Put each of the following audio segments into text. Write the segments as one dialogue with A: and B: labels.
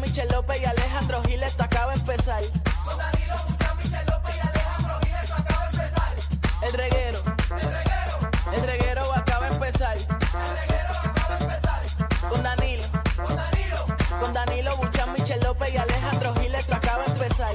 A: Michel López y Alejandro Gil, esto acaba de empezar.
B: Con Danilo Buchan, Michel López y Alejandro Gil, esto acaba de empezar.
A: El reguero,
B: El reguero,
A: el reguero acaba de empezar.
B: el reguero acaba de empezar.
A: Con Danilo,
B: Con Danilo,
A: con Danilo Buchan, Michel López y Alejandro Gil, esto acaba de empezar.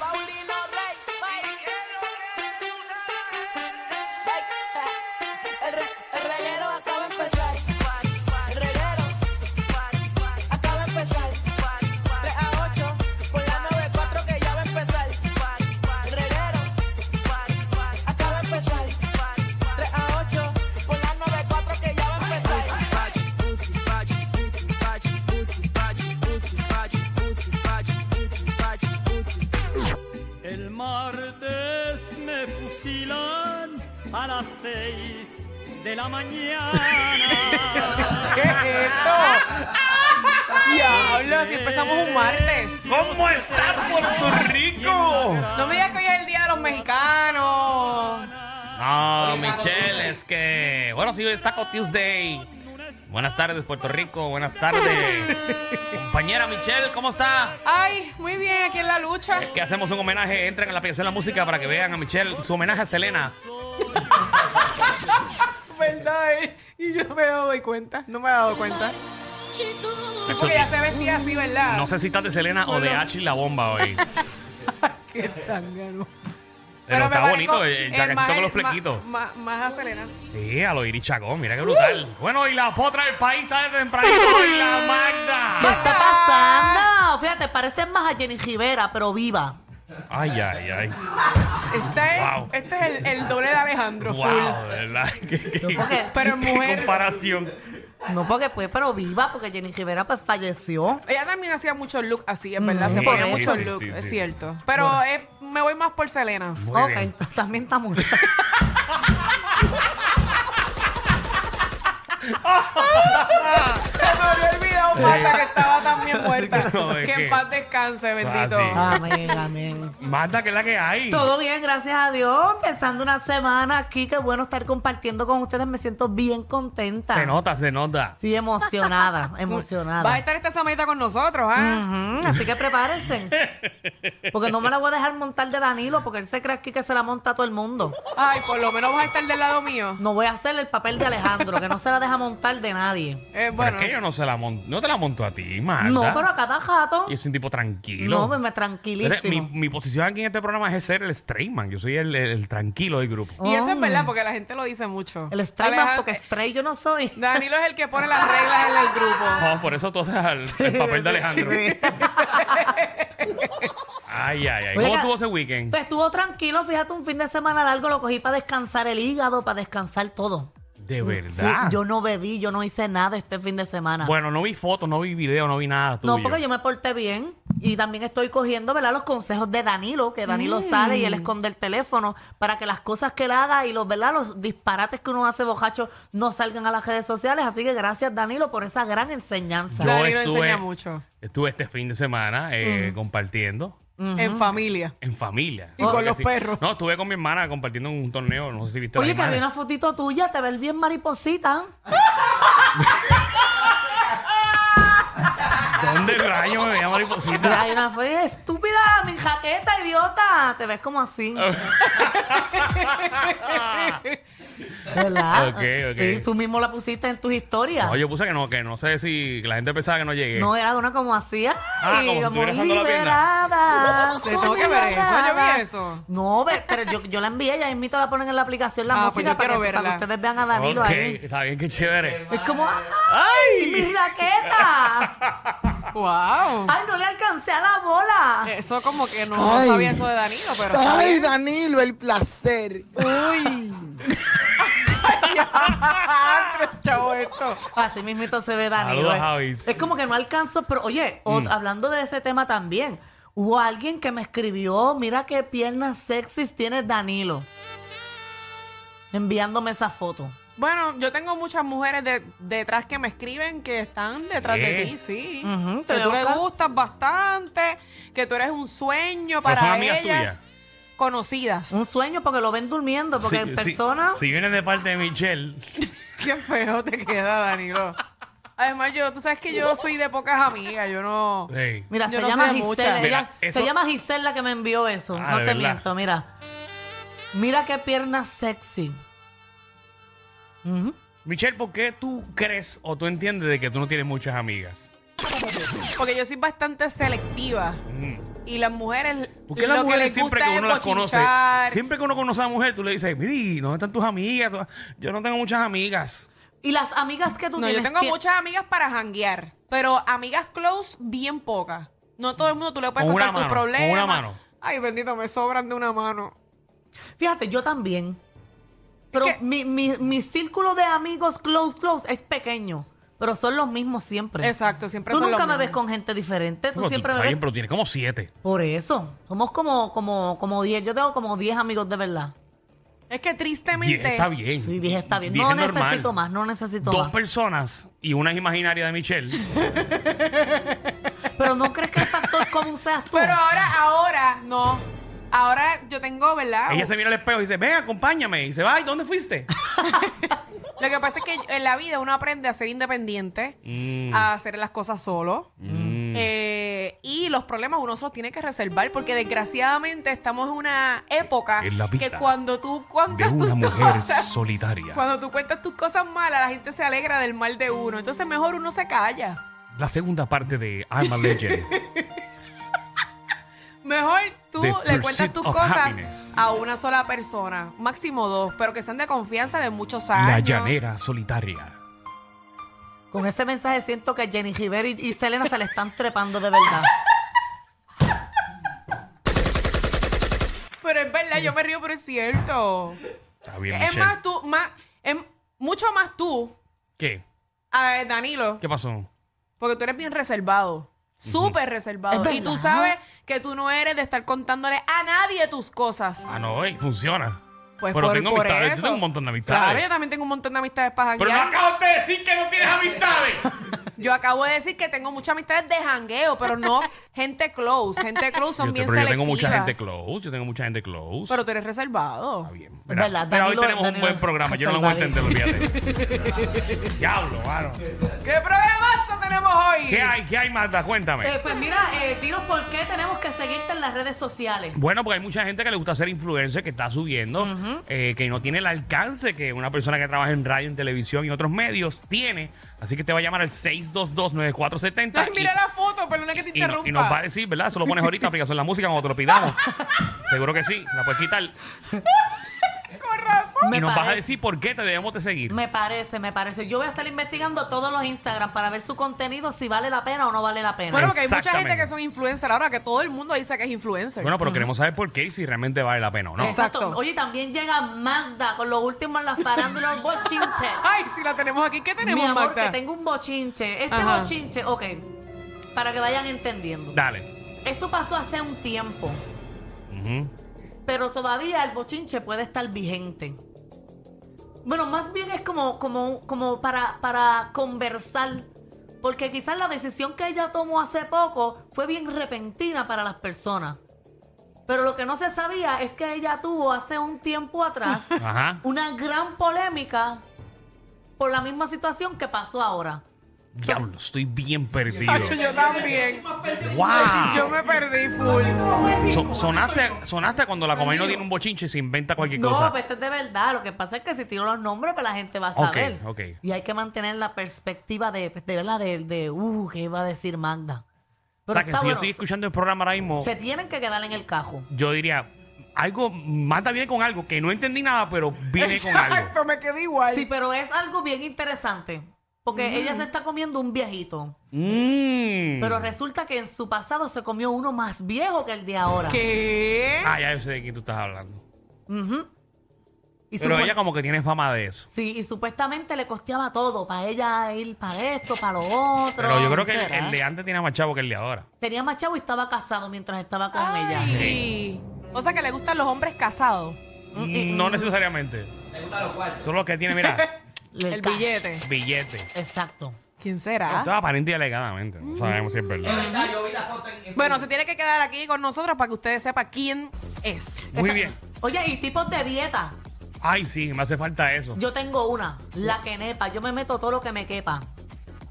A: Paulino Rey, Rey. El re- el reguero acaba de empezar. El reguero acaba de empezar. 3 a 8, por la 9-4 que ya va a empezar. El reguero acaba de empezar. 3 a 8, por la 9-4 que ya va a empezar.
C: El martes me fusilan a las seis de la mañana.
D: ¿Qué es esto? Diablo, si empezamos un martes.
E: ¿Cómo está Puerto Rico?
D: No me digas que hoy es el día de los mexicanos.
E: No, Michelle, es que. Bueno, sí, hoy es Taco Tuesday. Buenas tardes, Puerto Rico. Buenas tardes. Compañera Michelle, ¿cómo está?
D: Ay, muy bien, aquí en la lucha.
E: Es que hacemos un homenaje. Entren en la aplicación de la música para que vean a Michelle. Su homenaje a Selena.
D: ¿Verdad? eh? Y yo no me he dado cuenta. No me he dado cuenta. Sí, porque ya se vestía así, ¿verdad?
E: No sé si estás de Selena o de
D: Bueno.
E: Ashley la bomba hoy.
D: Qué zángano.
E: Pero, está
D: parezco,
E: bonito el
D: eh,
E: jaquetito
D: más
E: con
D: el-
E: los flequitos.
D: Más, más, más a Selena.
E: Sí, a lo Iris Chacón, mira qué brutal. Bueno, y la potra del país está de tempranito. y la
F: ¿Qué
E: Magda.
F: está pasando? Fíjate, parece más a Jenny Rivera, pero viva.
E: Ay, ay, ay.
D: Esta es,
E: Wow.
D: Este es el, el doble de Alejandro.
E: Wow,
D: full.
E: de ¿verdad? ¿Qué, qué-
F: Porque,
D: Pero en
E: qué
D: mujer.
E: comparación.
F: no porque pues, pero viva, porque Jenny Rivera pues falleció.
D: Ella también hacía muchos looks así, en verdad.
F: Mm,
D: se
F: sí,
D: ponía
F: sí,
D: muchos
E: sí,
D: looks,
E: sí,
D: es
E: sí.
D: cierto. Pero eh, me voy más por Selena.
E: Muy
F: ok,
E: bien.
F: también está muerta.
D: Se me había olvidado Marta que estaba también muerta.
E: No, es
D: que
E: que-
D: en paz descanse, bendito.
E: Ah,
F: Amén, amén.
E: Magda, que es la que hay.
F: Todo bien, gracias a Dios. Empezando una semana aquí, qué bueno estar compartiendo con ustedes. Me siento bien contenta.
E: Se nota, se nota.
F: Sí, emocionada,
D: Vas a
F: emocionada.
D: estar esta semanita con nosotros, ¿ah?
F: Ujú, así que prepárense. Porque no me la voy a dejar montar de Danilo, porque él se cree aquí que se la monta a todo el mundo.
D: Ay, por lo menos vas a estar del lado mío.
F: No voy a hacer el papel de Alejandro, que no se la deja montar de nadie.
D: Eh,
E: Pero
D: bueno,
E: es que yo no, se la mon- no te la monto a ti, Magda.
F: No, pero a cada rato.
E: Yo soy un tipo tranquilo.
F: No, me, me
E: Eres- mi,
F: tranquilísimo.
E: mi posición aquí en este programa es ser el straight man. Yo soy el, el- el tranquilo del grupo.
D: y eso es
F: Oh.
D: verdad, porque la gente lo dice mucho.
F: El straight man,
D: Alejand-
F: porque straight yo no soy.
D: Danilo es el que pone las reglas en el grupo.
E: No, Oh, por eso tú haces al- el, papel de Alejandro. Ay, ay, ay.
F: Oiga,
E: ¿Cómo estuvo ese weekend?
F: Pues estuvo tranquilo, fíjate, un fin de semana largo lo cogí para descansar el hígado, para descansar todo.
E: De
F: Pues, Sí,
E: verdad.
F: yo no bebí, yo no hice nada este fin de semana.
E: Bueno, no vi fotos, no vi video, no vi nada tuyo.
F: no, porque yo me porté bien y también estoy cogiendo, ¿verdad? Los consejos de Danilo, que Danilo
E: Mm.
F: sale y él esconde el teléfono para que las cosas que él haga y los, ¿verdad? Los disparates que uno hace bojacho no salgan a las redes sociales. Así que gracias, Danilo, por esa gran enseñanza.
E: Yo
D: Danilo
E: estuve-
D: enseña mucho.
E: Estuve este fin de semana eh, compartiendo.
D: En familia.
E: En familia.
D: Y
E: Claro
D: con
E: que
D: los perros.
E: No, estuve con mi hermana compartiendo un torneo. No sé si viste
F: Oye,
E: las
F: que había
E: imágenes.
F: una fotito tuya, te ves bien mariposita.
E: ¿Dónde rayo me veía
F: Mira,
E: mariposita?
F: hay una foto estúpida, mi jaqueta, idiota. Te ves como así. ¿Verdad?
E: Ok, ok.
F: Sí, tú mismo la pusiste en tus historias.
E: No, yo puse que no, que no sé si la gente pensaba que no llegué.
F: no era una como así.
E: Ah,
F: Ay,
E: como si
F: amor,
E: estuviera usando la pierna.
F: liberada.
D: Te tengo que ver eso, yo vi eso.
F: No, pero, pero yo, yo la envié, ya invito la ponen en la aplicación la
D: Ah, pues
F: música
D: yo
F: para,
D: quiero
F: que, para
D: verla.
F: que ustedes vean a Danilo
E: Ok,
F: ahí.
E: está bien, qué chévere.
F: Es como, ¡ay,
E: ¡Ay!
F: mi raqueta!
D: ¡Wow!
F: ¡Ay, no le alcancé a la bola!
D: Eso como que no, no
G: Ay.
D: sabía eso de Danilo, pero está
G: Ay,
D: bien.
G: Danilo, el placer. Uy.
D: Ah, tres chavos esto.
F: Así mismito se ve Danilo.
E: Saludos, Mm.
F: eh.
E: Javis.
F: Es como que no alcanzo, pero oye, o- hablando de ese tema también, hubo alguien que me escribió, mira qué piernas sexys tiene Danilo. Enviándome esa foto.
D: Bueno, yo tengo muchas mujeres de- detrás que me escriben que están detrás de
E: ¿Qué?
D: ti, sí.
F: Ujú, te
D: que tú
F: veo
D: le
F: acá.
D: gustas bastante, que tú eres un sueño
E: Pero son
D: para
E: amigas
D: ellas
E: tuyas.
D: conocidas.
F: Un sueño porque lo ven durmiendo, porque en
E: Sí, sí,
F: persona...
E: Si, vienes de parte de Michelle,
D: Qué feo te queda, Danilo. Además, yo, tú sabes que yo soy de pocas amigas, yo no.
E: Sí.
F: Mira,
D: Yo
F: se
D: no
F: llama
D: sé de
F: Gisela.
D: muchas.
F: ella-
E: Mira, eso-
F: Se llama Gisela la que me envió eso.
E: Ah,
F: no
E: de
F: te
E: verdad.
F: miento, mira. Mira qué pierna sexy. Ujú.
E: Michelle, ¿por qué tú crees o tú entiendes de que tú no tienes muchas amigas?
D: Porque yo soy bastante selectiva.
E: Mm.
D: Y las mujeres.
E: Porque las
D: lo que
E: mujeres
D: les
E: siempre
D: gusta
E: que uno
D: es
E: las conoce,
D: bochinchar.
E: siempre que uno conoce a una mujer, tú le dices, mire, ¿dónde están tus amigas? Tú- Yo no tengo muchas amigas.
F: Y las amigas que tú
D: No, yo
F: tienes.
D: tengo
F: tie-
D: muchas amigas para janguear, pero amigas close, bien pocas. No todo el mundo tú le puedes
E: Con una
D: contar tus
E: mano, con una
D: problemas.
E: mano.
D: Ay, bendito, me sobran de una mano.
F: Fíjate, yo también. Pero
D: que-
F: mi, mi- mi círculo de amigos close, close es pequeño. Pero son los mismos siempre.
D: Exacto, siempre
F: Tú
D: son los
F: nunca me ves
D: mismos.
F: con gente diferente. Tú
E: Pero
F: siempre
E: tú,
F: me
E: está
F: ves.
E: bien, pero tienes como siete.
F: Por eso. Somos como, como, como 10. Yo tengo como 10 amigos de verdad.
D: Es que tristemente.
E: Diez está bien.
F: Sí, dije, está bien.
E: Diez
F: No
E: es normal.
F: necesito más, no necesito
E: Dos
F: más.
E: personas y una es imaginaria de Michelle.
F: Pero no crees que el factor común seas tú.
D: Pero ahora, ahora, no. Ahora yo tengo, ¿verdad?
E: Ella se mira al espejo y dice, ven, acompáñame. Y dice, ay, ¿dónde fuiste?
D: Lo que pasa es que en la vida uno aprende a ser independiente,
E: Mm.
D: a hacer las cosas solo.
E: Mm.
D: Ah, Eh, y los problemas uno se los tiene que reservar porque desgraciadamente estamos en una época
E: En la vida
D: que cuando tú
E: de
D: cuentas
E: una
D: tus
E: mujer
D: cosas,
E: solitaria.
D: cuando tú cuentas tus cosas malas, la gente se alegra del mal de uno. Entonces mejor uno se calla.
E: La segunda parte de I'm a Legend.
D: Mejor tú
E: The
D: le
E: pursuit
D: cuentas tus
E: of
D: cosas
E: happiness.
D: a una sola persona, máximo dos, pero que sean de confianza de muchos años.
E: la llanera solitaria.
F: Con ese mensaje siento que Jenny Rivera y, y Selena se le están trepando de verdad.
D: Pero es verdad, yo me río, pero es cierto.
E: Está bien,
D: es
E: Michelle.
D: más tú, más, es mucho más tú,
E: ¿Qué?
D: a ver, Danilo,
E: ¿Qué pasó?
D: porque tú eres bien reservado. Súper reservado.
F: Es
D: Y tú
F: verdad.
D: sabes que tú no eres de estar contándole a nadie tus cosas.
E: Ah, no, ey, funciona.
D: Pues
E: pero
D: por,
E: tengo
D: por
E: amistades, yo
D: eso.
E: tengo un montón de amistades.
D: Claro, yo también tengo un montón de amistades para
E: Pero no
D: janguear.
E: acabas de decir que no tienes amistades.
D: Yo acabo de decir que tengo muchas amistades de jangueo, pero no gente close. Gente close son
E: Yo te-
D: bien
E: pero yo
D: selectivas.
E: tengo mucha gente close, yo tengo mucha gente close.
D: Pero tú eres reservado.
E: Está bien.
F: Es verdad,
E: pero hoy
F: Danilo-
E: tenemos un
F: Danilo
E: buen programa, yo no lo voy a entender, olvídate. Diablo, mano.
D: ¿Qué programazo tenemos hoy?
E: ¿Qué hay? ¿Qué hay, Magda? Cuéntame.
F: Eh, pues mira, eh, dinos por qué tenemos que seguirte en las redes sociales.
E: Bueno, porque hay mucha gente que le gusta ser influencer, que está subiendo, eh, que no tiene el alcance que una persona que trabaja en radio, en televisión y otros medios tiene. Así que te va a llamar al 622-9470.
D: Ay,
E: y-
D: mira la foto, perdona que te
E: y, no-
D: interrumpa.
E: y nos va a decir, ¿verdad? Eso lo pones ahorita, aplicación la música, cuando te lo pidamos. Seguro que sí, la puedes quitar.
D: Con razón.
F: Me
E: y nos vas a
F: parece-
E: decir por qué te debemos de seguir.
F: Me parece, me parece. Yo voy a estar investigando todos los Instagram para ver su contenido, si vale la pena o no vale la pena.
D: Bueno, porque hay mucha
E: Exactamente.
D: gente que son influencer ahora, que todo el mundo dice que es influencer.
E: Bueno, pero queremos saber por qué y si realmente vale la pena o no.
F: Eh.
D: Exacto.
F: Oye, y también llega Magda con lo último en la farándula, los bochinches.
D: Ay, si la tenemos aquí, ¿qué tenemos,
F: Mi amor,
D: Magda?
F: que tengo un bochinche. Este
D: Ajá.
F: bochinche, ok, para que vayan entendiendo.
E: Dale.
F: Esto pasó hace un tiempo,
E: Ujú.
F: pero todavía el bochinche puede estar vigente. Bueno, más bien es como, como, como para, para conversar, porque quizás la decisión que ella tomó hace poco fue bien repentina para las personas. Pero lo que no se sabía es que ella tuvo hace un tiempo atrás
E: Ajá.
F: una gran polémica por la misma situación que pasó ahora.
E: Diablo, estoy bien perdido.
D: Ay, yo también.
F: Ah.
D: Yo
E: ¡Wow!
D: me perdí full.
E: So- sonaste, sonaste cuando la Comay no tiene un bochinche y se inventa cualquier
F: No,
E: cosa.
F: pero esto es de verdad. Lo que pasa es que si tiro los nombres, pues la gente va a
E: Ok,
F: saber.
E: ok.
F: Y hay que mantener la perspectiva de, pues, de verdad, de, de, uh, ¿qué iba a decir
E: o
F: Magda? Pero
E: sea, que si
F: está
E: yo
F: bueno.
E: estoy escuchando el programa ahora mismo,
F: Se tienen que quedar en el cajo.
E: yo diría, algo, Mata viene con algo que no entendí nada, pero viene con algo.
D: Exacto, me quedé igual.
F: Sí, pero es algo bien interesante. Porque ella se está comiendo un viejito.
E: Mm.
F: Pero resulta que en su pasado se comió uno más viejo que el de ahora.
D: ¿Qué?
E: Ah, ya yo sé de quién tú estás hablando.
F: Ujú. Y
E: Pero
F: supu-
E: ella como que tiene fama de eso.
F: Sí, y supuestamente le costeaba todo. Para ella ir para esto, para lo otro.
E: Pero yo creo que el,
F: ¿Será?
E: el de antes tiene más chavo que el de ahora.
F: Tenía más chavo y estaba casado mientras estaba con Ah, ella.
D: Ay. O sea, que le gustan los hombres casados.
F: Mm,
E: No necesariamente. Son los que tiene, mira,
F: Le
D: El
F: cash.
D: billete.
E: billete.
F: Exacto.
D: ¿Quién
F: Ah.
D: será?
E: Todo aparente y alegadamente. No sabemos si es
F: Eh,
E: verdad.
D: Bueno, se tiene que quedar aquí con nosotros para que ustedes sepan quién es.
E: Muy bien.
F: Oye, y tipos de dieta.
E: Ay, sí, me hace falta eso.
F: Yo tengo una, la que nepa. Yo me meto todo lo que me quepa.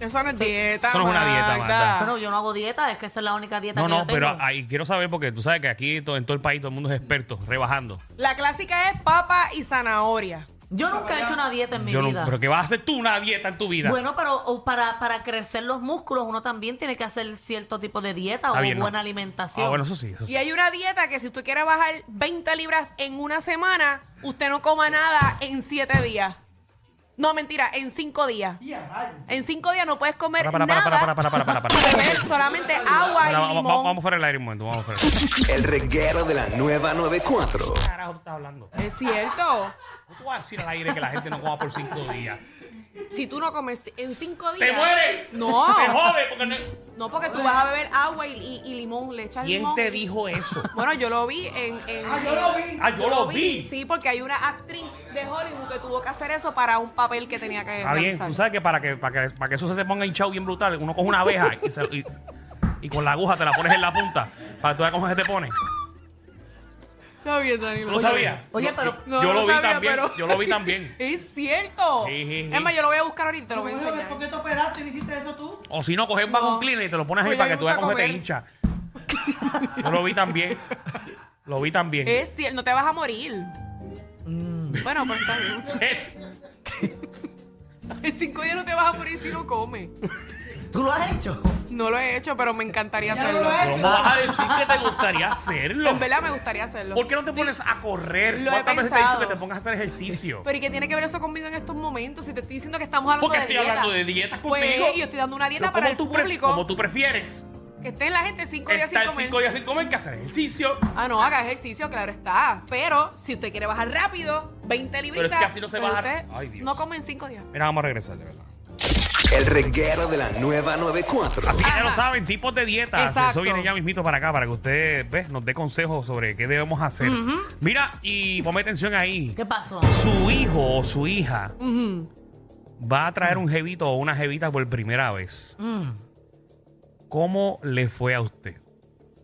D: Eso no es dieta.
E: Eso no es una dieta,
D: Ah.
E: Magda.
F: Pero yo no hago dieta, es que esa es la única dieta
E: No,
F: que yo
E: no,
F: tengo.
E: pero ahí quiero saber porque tú sabes que aquí to- en todo el país todo el mundo es experto, rebajando.
D: La clásica es papa y zanahoria.
F: Yo nunca he hecho una dieta en mi
E: Yo no-
F: vida.
E: pero que vas a hacer tú una dieta en tu vida.
F: Bueno, pero o para, para crecer los músculos uno también tiene que hacer cierto tipo de dieta
E: Está
F: o
E: bien, ¿no?
F: buena alimentación.
E: Ah, bueno, eso sí, eso sí.
D: Y hay una dieta que si usted quiere bajar 20 libras en una semana, usted no coma nada en 7 días. No, mentira, en 5 días. En 5 días no puedes comer
E: Para, para, para,
D: nada.
E: para, para, para, para, para, para.
D: Beber solamente agua
E: Ahora,
D: y
E: vamos,
D: limón.
E: vamos- vamos fuera del aire un momento, vamos fuera. ¿Qué
H: El reguero de la nueva 94.
E: carajo tú estás hablando?
D: Es cierto.
E: ¿Cómo tú vas a decir al aire que la gente no coma por cinco días?
D: Si tú no comes en 5 días.
E: ¡Te mueres!
D: No.
E: ¡Te jode! Porque no-
D: No, porque tú vas a beber agua y, y- y limón, le echas
E: ¿Quién
D: limón.
E: te dijo eso?
D: Bueno, yo lo vi en... en-
E: Ah, yo lo vi.
D: Sí, porque hay una actriz de Hollywood que tuvo que hacer eso para un papel que tenía que
E: Está bien,
D: realizar.
E: tú sabes que para que, para que para que eso se te ponga hinchado bien brutal, uno coge una abeja y, se- y- y con la aguja te la pones en la punta para que tú veas cómo se te pone.
D: Está bien, Danilo.
E: ¿Tú lo sabías?
F: oye,
E: Yo-
F: pero-
E: yo,
D: No,
E: lo
D: no
E: vi
D: sabía,
E: también,
D: pero-
E: yo lo vi también.
D: Es cierto.
E: Sí, sí, sí.
D: Es más, yo lo voy a buscar ahorita y te lo voy a enseñar.
B: ¿Por qué te operaste y no hiciste eso tú?
E: O si no, coges un con
D: No.
E: cleaner y te lo pones ahí
D: Oye,
E: para
D: a
E: que
D: mí
E: tú
D: me
E: veas cómo se
D: gusta
E: te hincha. Yo lo vi también. Lo vi también.
D: Es cierto, no te vas a morir.
E: Mm.
D: Bueno, pues está bien.
E: Eh,
D: En cinco días no te vas a morir si no comes.
F: ¿Tú lo has hecho?
D: No lo he hecho, pero me encantaría hacerlo.
E: ¿Cómo vas a decir que te gustaría hacerlo?
D: En verdad me gustaría hacerlo.
E: ¿Por qué no te pones a correr?
D: Lo he
E: ¿Cuántas veces te he dicho que
D: pensado.
E: te pongas a hacer ejercicio?
D: Pero ¿y qué tiene que ver eso conmigo en estos momentos? Si te estoy diciendo que estamos hablando
E: Porque
D: de
E: estoy
D: dieta.
E: hablando de dietas
D: Pues,
E: contigo.
D: yo estoy dando una dieta
E: Pero
D: para
E: como
D: el
E: tú pref-
D: público.
E: Como tú prefieres.
D: Que esté en la gente cinco días sin
E: Estar
D: comer.
E: cinco días sin comer, que hacer ejercicio.
D: Ah, no, haga ejercicio, claro está. Pero si usted quiere bajar rápido, 20 libritas.
E: Pero es que así no se
D: pero
E: baja.
D: usted
E: Ay, Dios.
D: No come en 5 días.
E: Mira, vamos a regresar, de verdad.
H: El reguero de la nueva 94.
E: Así que ya lo saben, tipos de dietas. Eso
D: Exacto.
E: viene ya mismito para acá, para que usted ¿ves? nos dé consejos sobre qué debemos hacer. Mira, y ponme atención ahí.
F: ¿Qué pasó?
E: Su hijo o su hija va a traer un jevito o una jevita por primera vez.
F: Mm,
E: ¿Cómo le fue a usted?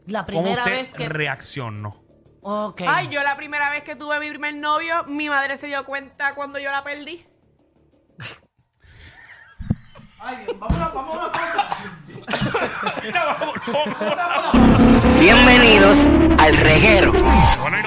F: la
E: ¿Cómo
F: primera
E: usted
F: vez que...
E: reaccionó?
F: Ok.
D: Ay, yo la primera vez que tuve a mi primer novio, mi madre se dio cuenta cuando yo la perdí.
B: Ay, vamos a, vamos a una pausa.
E: Mira, vamos, vamos.
A: Bienvenidos al reguero.
E: Bueno, y nos